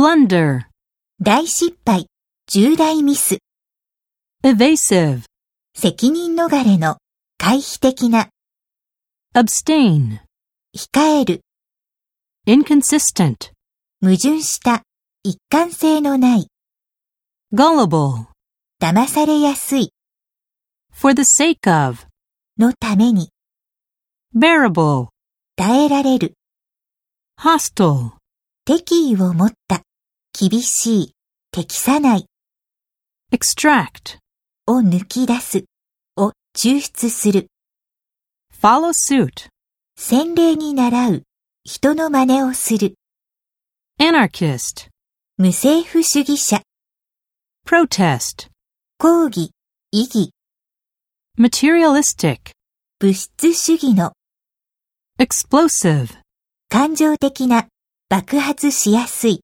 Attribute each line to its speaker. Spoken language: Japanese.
Speaker 1: blunder,
Speaker 2: 大失敗、重大ミス、
Speaker 1: evasive,
Speaker 2: 責任逃れの、回避的な、
Speaker 1: abstain,
Speaker 2: 控える、
Speaker 1: inconsistent,
Speaker 2: 矛盾した、一貫性のない、
Speaker 1: gullible,
Speaker 2: 騙されやすい、
Speaker 1: for the sake of,
Speaker 2: のために、
Speaker 1: bearable,
Speaker 2: 耐えられる、
Speaker 1: hostile,
Speaker 2: 敵意を持った、厳しい、適さない、
Speaker 1: extract,
Speaker 2: を抜き出す、を抽出する、
Speaker 1: follow suit,
Speaker 2: 洗礼に習う、人の真似をする、
Speaker 1: anarchist,
Speaker 2: 無政府主義者、
Speaker 1: protest,
Speaker 2: 抗議、異議、
Speaker 1: materialistic,
Speaker 2: 物質主義の、
Speaker 1: explosive.
Speaker 2: 感情的な、爆発しやすい。